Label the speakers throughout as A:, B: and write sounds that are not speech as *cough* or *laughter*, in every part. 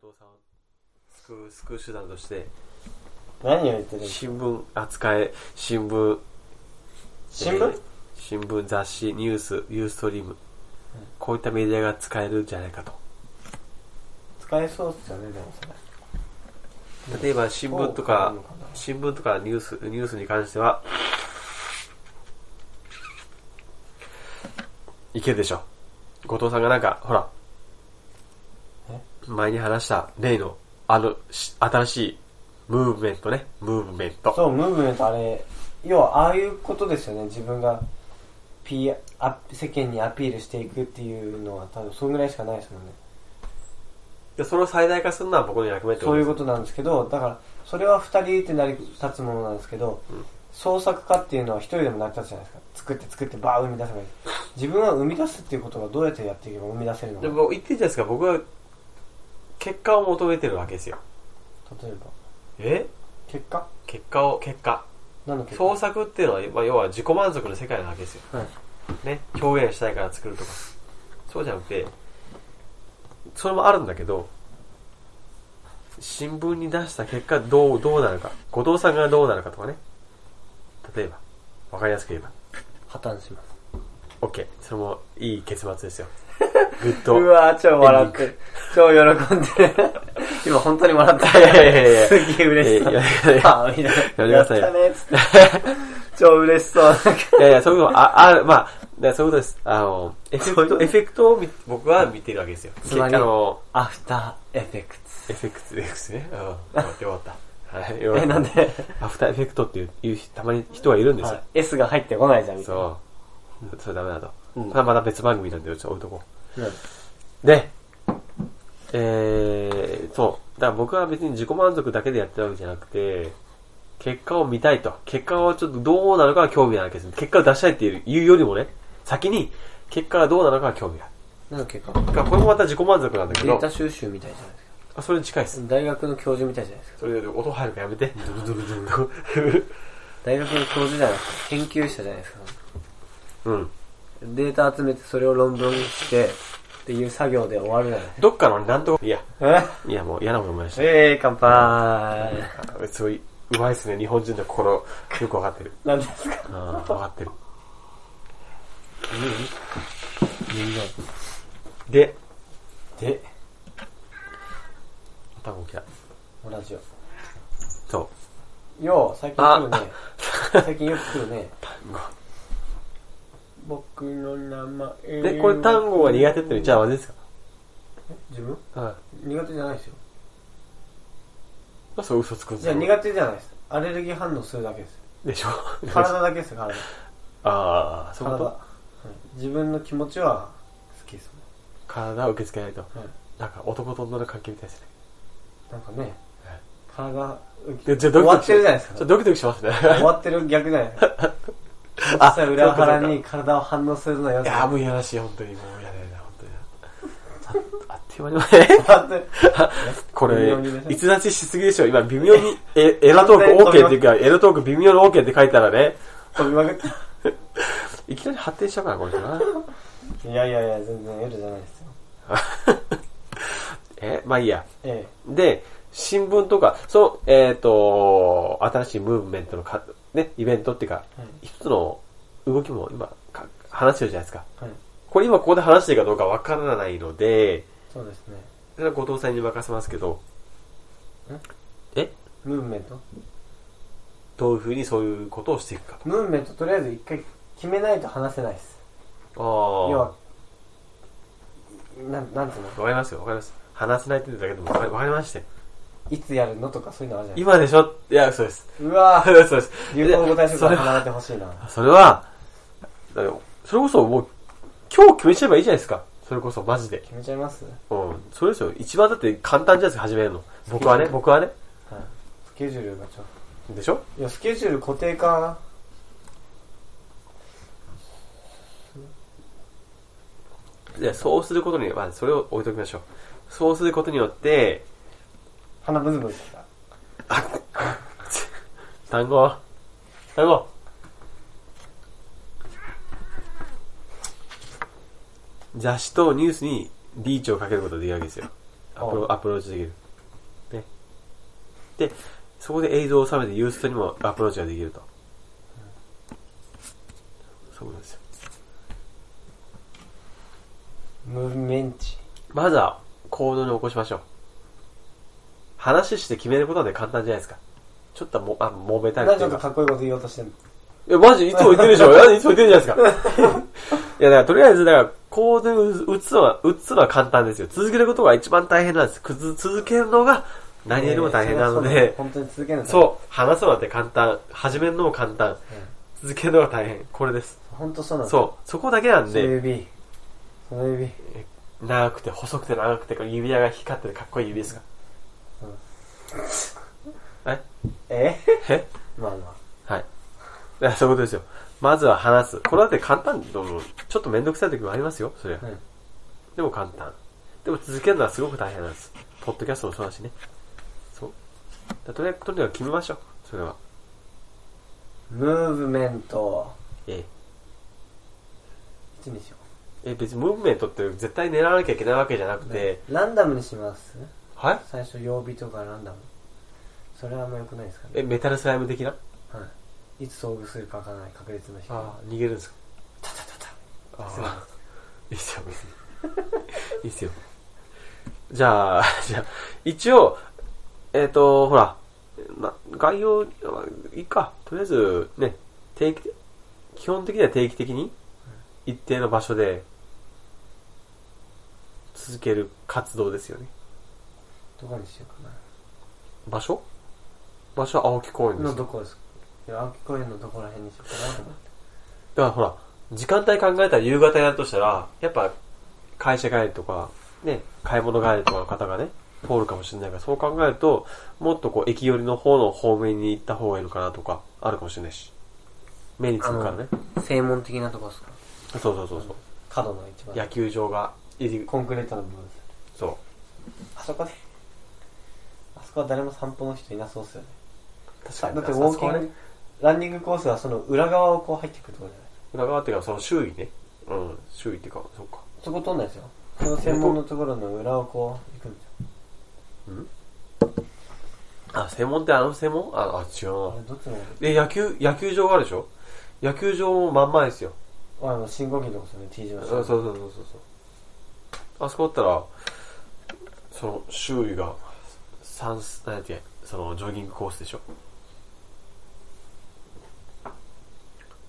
A: 父さんを救う救う手段として
B: 何を言ってるの
A: 新聞扱え新聞
B: 新
A: えー
B: 聞
A: 新聞雑誌ニュースユーストリームこういったメディアが使えるんじゃないかと
B: 使えそうっすよね、でもそれ。
A: 例えば新聞とか
B: 効果あるのかな
A: 新聞とかニュースニュースに関してはいけるでしょ後藤さんがなんかほら
B: え
A: 前に話した例のあのし新しいムーブメントねムーブメント
B: そう、ムーブメントあれ、要はああいうことですよね、自分が P あ世間にアピールしていくっていうのは多分そんぐらいしかないですもんね。
A: でそれを最大化するのは僕の役目ってこと
B: そう
A: で
B: いう
A: す
B: ことなんですけど、だから、それは二人って成り立つものなんですけど、創作家っていうのは一人でも成り立つじゃないですか。作って作ってバー生み出せばいい。自分は生み出すっていうことがどうやってやっていけば生み出せるのか。
A: で
B: 例え
A: も言ってるじゃないですか僕は結果を求めてるわけですよ
B: ば、
A: え
B: 結果
A: 結果を結果
B: 何の結果
A: 創作っていうのは、まあ、要は自己満足の世界なわけですよ
B: はい。
A: ね、表現したいから作るとか。そうじゃなくて、それもあるんだけど、新聞に出した結果どう、どうなるか。後藤さんがどうなるかとかね。例えば、わかりやすく言えば。
B: 破綻します。
A: OK。それもいい結末ですよ。グッ
B: *laughs* う
A: ド。
B: わー超笑ってる。超喜んでる。 *laughs* 今本当に笑った。
A: いやいやいや
B: すげえ嬉しそう。
A: いやいやいや
B: パーみたいな。
A: やめなさいよ
B: やったねっつって。超嬉しそう。
A: いやいや、そういうの、あ、あ、まあ、だからそういうことです。あの、エフェ
B: そう
A: ク
B: いうこ
A: ト、
B: と
A: エフェクトを見僕は見てるわけ *laughs* ですよ。
B: つまり
A: あの、
B: アフターエフェクツ。
A: エフェクト、エフェクトね。うん。よかったよかった。はい。よかった
B: え、なんで
A: *laughs* アフターエフェクトっていう、いう人たまに人がいるんですよ。
B: はい S が入ってこないじゃん、みたいな。
A: そう。それダメだと。
B: うん
A: これはまた別番組なんで、ちょっと置いとこ
B: うん
A: う。で、えー、そう。だから僕は別に自己満足だけでやってるわけじゃなくて、結果を見たいと。結果をちょっとどうなのかが興味なわけです。結果を出したいっていういうよりもね、先に結果がどうなのかが興味がある。
B: 何の結果
A: だからこれもまた自己満足なんだけ
B: デー
A: ど、
B: タ収集みたいじゃないです
A: あそれに近いです。
B: か。大学の教授みたいじゃないですか。
A: それより音入るからやめて。
B: 大学の教授じゃないですか。研究者じゃないですか。
A: *laughs* うん。
B: データ集めてそれを論文にして、っていう作業で終わるじゃない
A: どっかのなんとか、いや、
B: ですか。
A: いやもう嫌なこと思いました。
B: えー、乾杯。
A: すごい、うまいですね。日本人の心、よくわかってる。
B: 何ですか
A: うん、わかってる。で、
B: で、
A: 多分起きた。
B: ラジオ。
A: そう。
B: よう、最近来るね。最近よく来るね。僕の名前
A: で、これ単語が苦手って言っちゃまずいですか
B: 自分
A: うん。
B: 苦手じゃないですよ。
A: まあ、そう嘘つくんです
B: じゃ
A: よ
B: あ苦手じゃないです。アレルギー反応するだけです。
A: でしょ
B: 体だけですよ、体。
A: *laughs* ああ、そういうこ
B: 体。はい
A: と
B: 自分の気持ちは好きですね。
A: 体を受け付けないと。
B: はい
A: なんか男と女の関係みたいですね。
B: なんかね、体、
A: でじゃあ
B: 終
A: ドキ
B: わ
A: ド
B: っ
A: キ
B: てるじゃないです
A: ちょっと
B: か。
A: ドキドキしますね。
B: 終わってる逆じゃないですか。
A: *laughs* あ
B: 実際裏
A: *laughs*
B: 腹に体を反応するのよ。
A: いやー、もう嫌らしい、本当に。もう嫌だよな、本当に。ああっという間に、え
B: *laughs* 終わって
A: *laughs* こ
B: 微
A: れ
B: 妙にね、
A: 逸脱しすぎでしょ今、微妙に、え、エラトーク OK っていうか、エラトーク微妙に OK って書いたらね、
B: 飛びまくっ
A: いきなり発展しちゃうから、これな。
B: て。いやいやいや、全然 L じゃないですよ。
A: *laughs* え、まあいいや。
B: え
A: で、新聞とか、その、えっ、と、新しいムーブメントのか、ね、イベントっていうか、
B: はい
A: 一つの動きも今、か話してるじゃないですか。
B: え。はい。
A: これ今ここで話してるかどうかわからないので、
B: そうですね。
A: それは後藤さんに任せますけど、え
B: ムーブメント
A: どういうふうにそういうことをしていくかと。
B: ムーブメントとりあえず一回決めないと話せないです。
A: あ
B: 要
A: あ。
B: は、なん、なんていうの
A: わかりますよ、わかります。話せないって言うだけでもわかりわかりまして。
B: いつやるのとかそういうのあるじゃない
A: 今でしょいや、そうです。
B: うわ
A: そう
B: ぁ、
A: です、そうです。
B: 流行語大賞
A: そ
B: か
A: れ
B: ら
A: は、
B: 離れてほしいな。
A: それは、だよそれこそもう、今日決めちゃえばいいじゃないですか。それこそ、マジで。
B: 決めちゃいます
A: うん。それですよ。一番だって簡単じゃないですか、始めるの。僕はね、僕はね。
B: はい。スケジュールがちょっ
A: でしょ
B: と。いや、スケジュール固定か。
A: で、そうすることに、まあ、それを置いときましょう。そうすることによって、
B: 鼻ブズブズした。
A: 単語、単語。雑誌とニュースにリーチをかけることができるわけですよ。アプロアプローチできる。ね。で、そこで映像を収めてユーストにもアプローチができると。そうなんですよ。
B: ムーブメンチ。
A: まずは行動に起こしましょう。話して決めることなんて簡単じゃないですか。ちょっとも、あ、揉めたり
B: なん
A: と
B: ちょっ
A: か
B: とかっこいいこと言おうとしてる
A: いや、マジ、いつも言ってるでしょ。なんでいつも言ってるじゃないですか。 *laughs* いや、だから、とりあえず、だから、行動を打つのは、打つのは簡単ですよ。続けることが一番大変なんです。くず続けるのが、何よりも大変なので、
B: 本当に続けるのう。
A: そう、話すのだって簡単、始めるのも簡単、続けるのが大変。これです。
B: 本当そうなの。
A: そう、そこだけなん
B: その
A: で、
B: 指。その指。
A: 長くて、細くて、長くて、指輪が光っててかっこいい指ですか。え *laughs*
B: え
A: え
B: まあま
A: はい。いやそういうことですよ。まずは話す。これだって簡単だと思う。ちょっとめんどくさい時もありますよ、それは
B: あ。うん。
A: でも簡単。でも続けるのはすごく大変なんです。ポッドキャストもそうだしね。そう。だからとりあえず、とにかく決めましょう。それは。
B: ムーブメント。
A: え
B: いつにしよ
A: え。え、別にムーブメントって絶対狙わなきゃいけないわけじゃなく
B: う。
A: て、
B: ランダムにします
A: はい
B: 最初曜日とかランダム。それはあんま良くないですかね。
A: え、メタルスライム的な
B: はい。いつ遭遇するかわからない確率の低い。
A: ああ、逃げるんですか
B: タタタタ。
A: あ
B: そう
A: あ。 *laughs* いいっすよ、別に。いいっすよ。じゃあ、じゃあ、一応、えっ、と、ほら、な概要、まあいいか。とりあえず、ね、定期、基本的には定期的に、一定の場所で、続ける活動ですよね。
B: どこにしようか
A: 場所場所は青木公園で
B: な。の
A: す。だ
B: ど
A: か
B: こですかいや、青木公園のどこら辺にしようかなと思って。
A: らほら、時間帯考えたら夕方やるとしたら、やっぱ、会社帰りとか、ね、買い物帰りとかの方がね、通るかもしれないから、そう考えると、もっとこう、駅寄りの方の方面に行った方がいいのかなとか、あるかもしれないし。目につくからね。
B: 正門的なとこですか
A: そうそうそうそう。
B: 角の一番。
A: 野球場が入り、
B: コンクリートの部分です。
A: そう。
B: あそこで。あそこは誰も散歩の人いなそうっすよね。
A: 確
B: だ
A: かに。
B: ってウ
A: あそ
B: ォーキ
A: こ
B: ン
A: は
B: グ、
A: ね
B: ランニングコースはその裏側をこう入ってくるところじゃない
A: 裏側っていうか、その周囲ね。うん、周囲っていうか、そうか。
B: そこ通んないですよ。その専門のところの裏をこう行くんですよ。
A: あ、専門ってあの専門あ、あ、違う
B: あ
A: な
B: れ、どっちの方がい
A: で、
B: い
A: 野球、野球場があるでしょ野球場も真ん前ですよ。
B: あの、信号機のとこですよね、T 字の。
A: あそうそうそうそうそうあそこだったらその周囲が三何やっけそのジョギングコースでしょ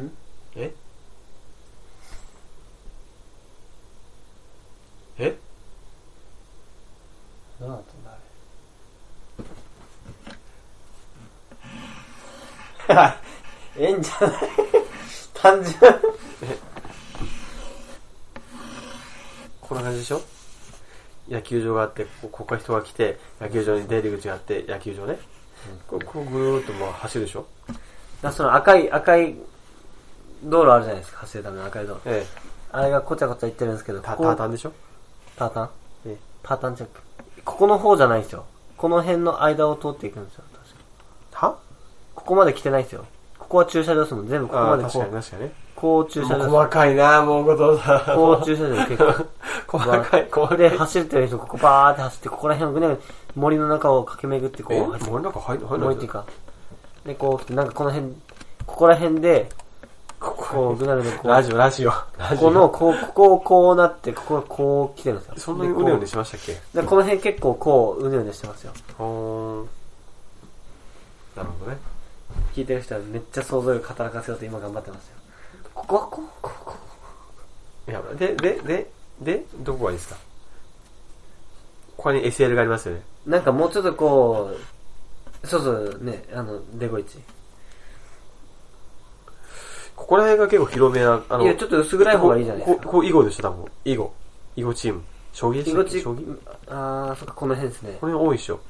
B: ん
A: ええ
B: どうなったんだ、あれ。ええんじゃない単純。
A: こんな感じでしょ野球場があってここから人が来て野球場に出入り口があって野球場ね、ここうぐるーっとまあ走るでしょ
B: だその赤い、赤い道路あるじゃないですか、走るための赤い道路。
A: ええ
B: あれがこちゃこちゃ言ってるんですけど、
A: タ
B: ここ
A: タータンでしょ
B: タータン
A: ええ
B: タータンチェック。ここの方じゃないんですよ。この辺の間を通っていくんですよ、確か
A: は
B: ここまで来てないんですよ。ここは駐車場ですもん。全部ここ
A: あ
B: ま
A: あ
B: で
A: 確
B: こ
A: かに
B: う、
A: 確かにね
B: こう駐車場
A: も
B: で
A: う
B: す
A: 細かいな、もうことさ。
B: こう駐車場です結構。
A: 細かい、細か
B: で、
A: い。
B: 走ってる人、ここバーって走って、ここら辺をぐねぐね森の中を駆け巡って、こ
A: え、
B: う、走って、
A: 森の中入ん入んない
B: 森っていうか、で、こう来て、なんかこの辺、ここら辺で、
A: ここ、
B: こう、ぐねぐねこ
A: ラ
B: う、
A: ジオ、ラジオ。ラ
B: こ
A: ジオ
B: この、こう、ここをこうなって、ここがこう来てるんですよ。
A: そんなにうねうね
B: でこ
A: しましたっけ
B: うでこの辺結構こう、うねうねしてますよ。
A: ほーん。なるほどね。
B: 聞いてる人はめっちゃ想像力働かせようと今頑張ってますよ。ここ、ここ、ここ。
A: いや、で、で、で、で、どこがいいですかここに SL がありますよね。
B: なんかもうちょっとこう、そうそうね、あの、デゴイチ。
A: ここら辺が結構広めな、あの、
B: いや、ちょっと薄暗い方がいいじゃないで
A: こ
B: す
A: こ
B: か。
A: ここ囲碁でしょ、多分。囲碁。囲碁チーム。将棋で
B: 居
A: したっ
B: 心
A: け
B: 地
A: 将棋、
B: あー、そっか、この辺ですね。
A: これ多いでしょ。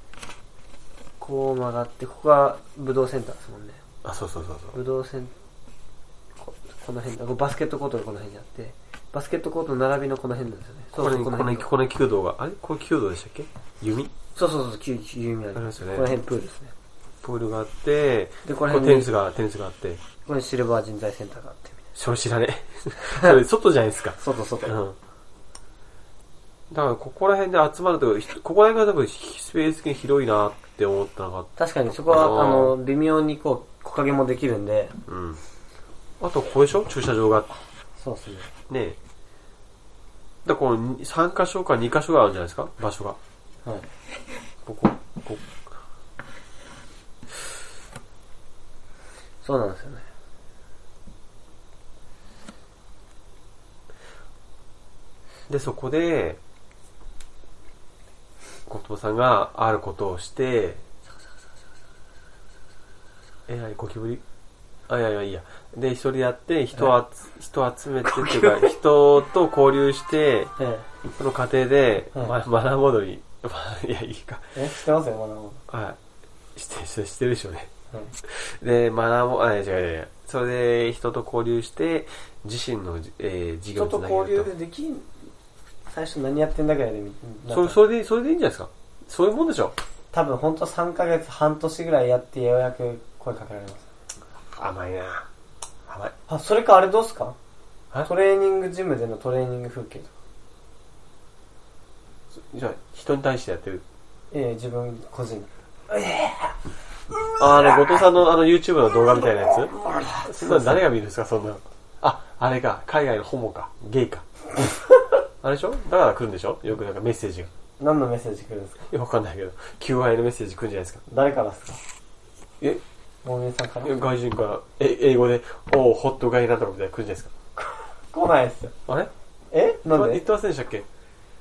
B: こう曲がって、ここが武道センターですもんね。
A: あ、そうそうそうそう。
B: 武道センここの辺だ。こうバスケットコートがこの辺にあって、バスケットコートの並びのこの辺なんですよね。そ
A: こ
B: う
A: れ、
B: そう、
A: こ
B: この
A: れ、
B: 辺の。
A: これ、弓道が、あれこれ弓道でしたっけ弓
B: そうそうそう、急に有名な
A: ありますよね
B: この辺プールですね。
A: プールがあって、
B: で、こ
A: こ
B: の
A: れ
B: 辺
A: テニ
B: に、
A: スが、テニスがあって。
B: これシルバー人材センターがあってみたい
A: *laughs* それ知らねえ。それ外じゃないですか
B: な。。外、外。
A: うん。だからここら辺で集まると、ひここら辺が多分スペースが広いなって思ったのが、
B: 確かにそこは、
A: あー
B: あの、微妙にこう、木陰もできるんで、
A: うん。あとここでしょ駐車場が。
B: そうですね。
A: ねえ。だからこの3箇所か2箇所があるんじゃないですか場所が。
B: はい。
A: ここ、こ
B: そうなんですよね。
A: で、そこで、小友さんがあることをして、えらいゴキブリあ、いやいやいや。で、一人でやって、人をあつ、人集めてっていうか、人と交流して、
B: え
A: その過程で、
B: はい
A: ま、マナーモードに、まいや、いいか。
B: え。え、知ってますよ、まだも
A: はい。して、してしてるでしょうね。
B: う。はい。
A: で、マナーモード、あ、違う違う違う。それで、人と交流して、自身の、えー、事業
B: 人
A: につな
B: と
A: げると。
B: 交流できん、最初何やってんだぐらいで、
A: それ、それで、それでいいんじゃないですか。そういうもんでしょ。
B: 多分本当3ヶ月、半年ぐらいやってようやく声かけられます。
A: 甘いな甘い。
B: あ、それかあれどうすか
A: え
B: トレーニングジムでのトレーニング風景とか。
A: じゃあ、人に対してやってる。
B: いやいや自分個人。
A: あ、あの、後藤さんのあの YouTube の動画みたいなやつそんなの誰が見るんですか、そんなの。あ、あれか。海外のホモか。ゲイか。 *laughs* あれでしょだから来るんでしょよくなんかメッセージが。
B: 何のメッセージ来るんですか
A: いやわかんないけど、求愛のメッセージ来るんじゃないですか。
B: 誰からですか
A: え
B: モーミンさんから
A: 外人から、え、英語で、おうホットガイなんとかみたいなの来るんじゃないです
B: 来ないですよ。
A: か。あれ
B: えなん
A: 言っ
B: で
A: てませんでしたっけ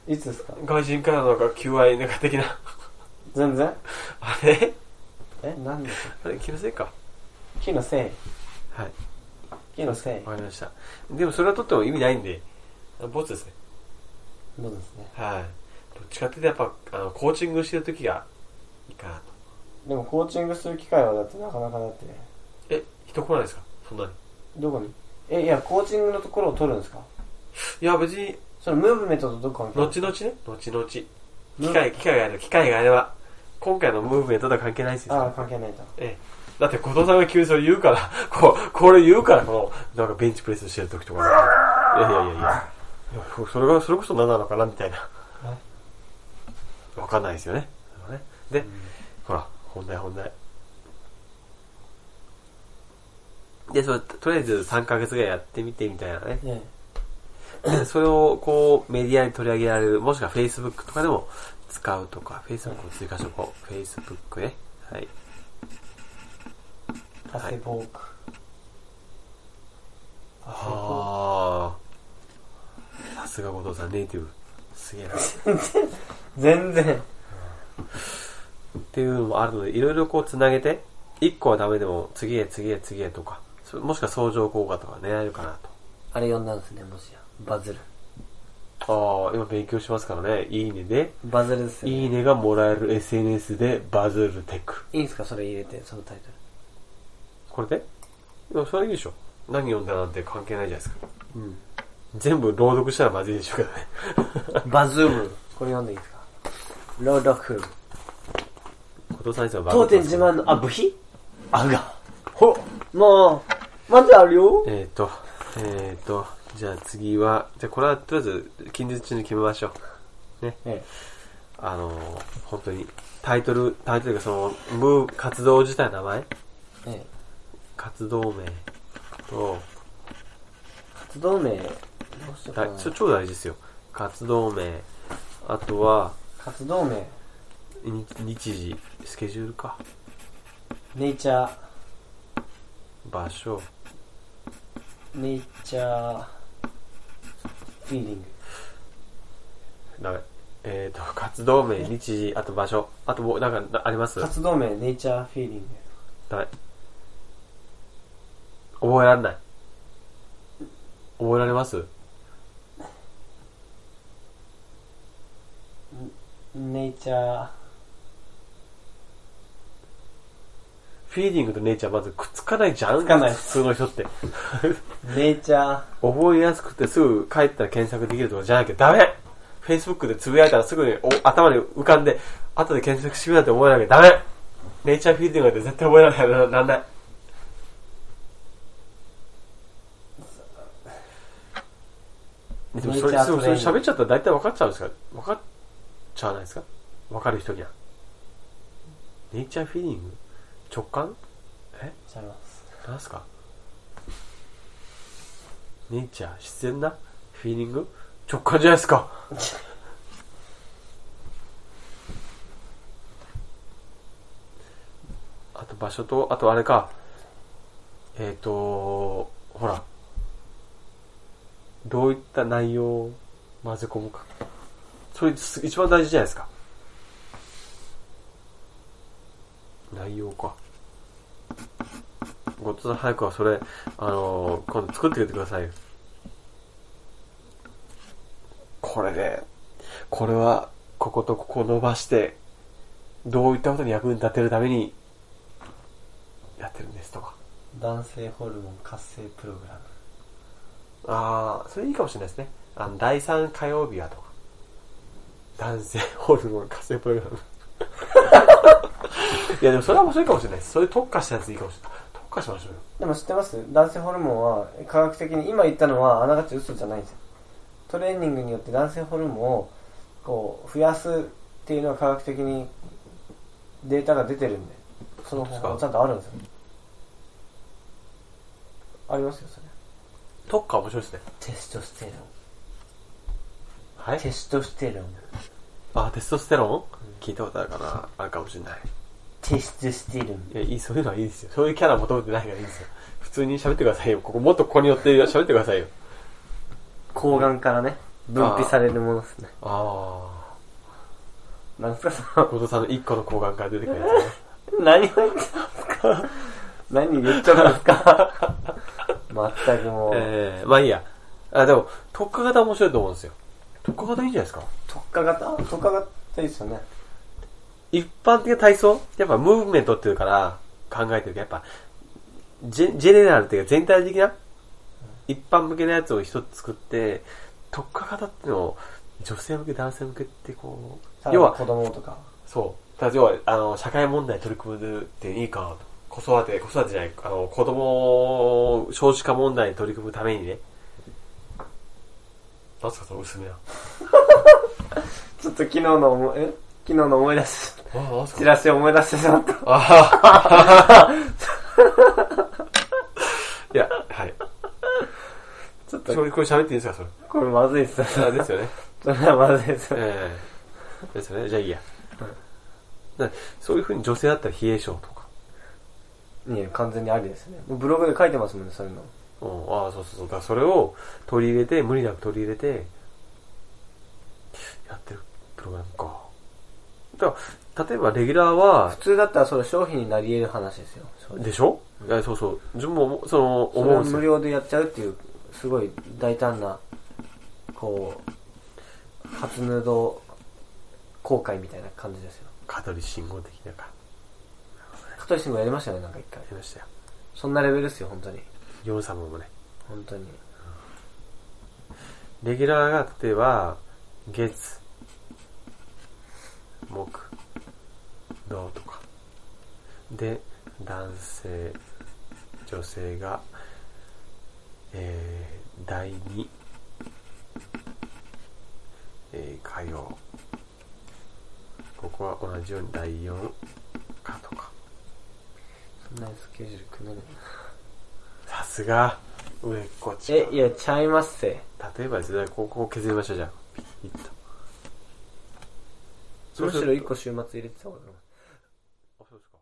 B: いつですか
A: 外人からのなんか求愛なんか的な。
B: 全然
A: *laughs* あれ
B: えなんで
A: あれ気のせいか。
B: 木のせい。
A: はい。
B: 木のせい。
A: わかりました。でもそれはとっても意味ないんで、あのボツですね。
B: そうですね。
A: はい。どっちかっていうとやっぱ、あの、コーチングしてる時がいいかなと。
B: でもコーチングする機会はだってなかなかだって。
A: え、人来ないですかそんなに。
B: どこにえ、いや、コーチングのところを取るんですか
A: いや、別に、
B: そのムーブメントとどこ関係ある
A: 後々ね、後々。機
B: うん
A: 会、機会があれば、機会があれば、今回のムーブメントとは関係ないですよ。
B: ああ、関係ないと。
A: ええ。だって、後藤さんが急にそれ言うから、 *laughs* こう、これ言うから、この、なんかベンチプレスしてる時 *laughs* とか。いやいやいやいや。いやそれが、それこそ何なのかな、みたいな。わかんないですよね。だからねで、ほら、本題本題。で、それ、とりあえず3ヶ月ぐらいやってみて、みたいな *laughs* ね。
B: ね
A: でそれを、こう、メディアに取り上げられる、もしくは Facebook とかでも使うとか、Facebook を追加しとこう。Facebook ね。はい。
B: パセボーク。パセボ
A: ああ。さすが後藤さん、ネイティブ。すげえな。っ
B: ーク。全然。
A: ていうのもあるので、いろいろこう繋げて、一個はダメでも、次へ次へ次へとか、そもしくは相乗効果とか狙えるかな
B: あれ読んだんですね、もしや。バズる。
A: と。ああ、今勉強しますからね。いいねで、
B: バズるですよ、ね。
A: いいねがもらえる SNS でバズるテク。
B: いいんすかそれ入れて、そのタイト
A: これででもそれいいでしょ。何読んだなんて関係ないじゃないですか。うん。全部朗読したらまずいでしょうけどね。 *laughs*
B: ル。バズーム。これ読んでいいですかロードクー。
A: 後藤さんいつもバズ
B: 当
A: って
B: 店
A: ます
B: 自慢の、あ、部費あが。
A: ほっ
B: もう、まずあるよ。
A: えーと、えーと、じゃあ次は、じゃあこれはとりあえず近日中に決めましょう。ね。
B: え
A: あのー、本当に、タイトル、タイトルがその、ムー、活動自体の名前
B: え、ええ、
A: 活動名と、
B: 活動名、どうしようか
A: だ
B: な。
A: それ超大事ですよ。活動名、あとは、
B: 活動名、
A: 日日時、スケジュールか、
B: ネイチャー、
A: 場所、
B: ネイチャー、フィーリング。
A: ダメ。えーと、活動名、日時、あと場所、あともう、なんかなあります
B: 活動名、ネイチャー、フィーリング。
A: ダメ。覚えられない。覚えられます
B: ネイチャー、
A: フィーリングとネイチャーまずくっつかないじゃん
B: つかない
A: 普通の人って。
B: ネイチャー、
A: 覚えやすくてすぐ帰ったら検索できるとかじゃなきゃダメ !Facebook でつぶやいたらすぐにお頭に浮かんで、後で検索してみようって思えなきゃダメネイチャーフィーリングなんて絶対覚えられないななんない。でもそれ、
B: ネイチャー
A: それ
B: トレーニング
A: それ喋っちゃったら大体分かっちゃうんですか分かっちゃわないですか分かる人には。ネイチャーフィーリング直感
B: ちゃいます。
A: なんすかネイチャー、自然なフィーリング直感じゃないですかあと場所と、あとあれか、えっ、と、ほら、どういった内容を混ぜ込むか。それす一番大事じゃないですか。内容か。ごっつさん早くはそれ、あのー今度作ってきてくださいよ。これで、これは、こことここを伸ばして、どういったことに役に立てるために、やってるんですとか。
B: 男性ホルモン活性プログラム。
A: ああ、それいいかもしれないですね。あの、第3火曜日はとか。男性ホルモン活性プログラム。 *laughs* いや、でもそれは面白いかもしれないです。それ特化したやついいかもしれない。特化しましょうよ。
B: でも知ってます男性ホルモンは科学的に今言ったのはあながち嘘じゃないんですよトレーニングによって男性ホルモンをこう増やすっていうのは科学的にデータが出てるんでその方法ちゃんとあるんですよありますよそれ
A: 特化面白いですね。
B: テストステロ
A: はい
B: ン。テストステロン
A: あ、テストステロン聞いたことあるかなあるかもしれない。
B: テストステロン
A: いや、いい、そういうのはいいですよ。そういうキャラ求めてないからいいですよ。普通に喋ってくださいよ。ここもっとここに寄って喋ってくださいよ。
B: 抗がんからね分泌されるものですね
A: あ
B: なんすかそ
A: あ。
B: の
A: 後藤さんの一個の抗がんから出てくる *laughs* や
B: 何を言ってますか何言っちゃうんですか全くも
A: つ
B: う、
A: ね。えー、まあいいや。あ、でも、特化型面白いと思うんですよ。特化型いいんじゃないですか
B: 特化型特化型いいですよね。
A: 一般的な体操やっぱムーブメントっていうから考えてるけど、やっぱ、ジェジェネラルっていうか全体的な、一般向けのやつを一つ作って、特化型っていうのを女性向け、男性向けってこう、要
B: 要は
A: は
B: 子供とか。
A: そう。ただ要は、あの、社会問題に取り組むっていいかなと。子育て、子育てじゃない、あの、子供、少子化問題に取り組むためにね。なんすか、その薄めな。
B: ちょっと昨日の思い、え昨日の思い出し、
A: あ、なんす
B: チラシ思い出してしまった。
A: あーいや、はい。
B: ちょっ
A: ちょ
B: と、
A: これ喋っていいですか、それ。
B: これまずいっすね。
A: あですよね。
B: *laughs* それはまずいっすね。
A: ええですよね。じゃあいいや。だからそういうふうに女性だったら冷え性とか。
B: いや、完全にありですね。もうブログで書いてますもんね、そういうの。
A: うん、ああ、そうそうそう。だからそれを取り入れて、無理なく取り入れて、やってるプログラムか。だから、例えばレギュラーは
B: 普、通だったらそれ商品になり得る話ですよ。正直
A: でしょ、いやそうそう。自分も、その、
B: そ
A: 思
B: れ
A: う
B: を
A: んです
B: 無
A: よ。
B: 料でやっちゃうっていう、すごい大胆な、こう、初ヌード公開みたいな感じですよ。
A: 香取慎吾的な感
B: カトリシンもやりましたよね、なんか一回。
A: じましたよ。
B: そんなレベルですよ、本当に。
A: ヨン様もね。
B: 本当に。
A: レギュラーが例えば、月、木、土とか。で、男性、女性が、えー、第2、えー、火曜。ここは同じように第4かとか。
B: そんなにスケジュール組めない。
A: さすが、上っ子ち
B: え、いや、ちゃいますせ。
A: 例えばですね、ここを削りましょう、じゃあ。ピッと。
B: むしろ一個週末入れてた方がいいかな。
A: あ、そうですか。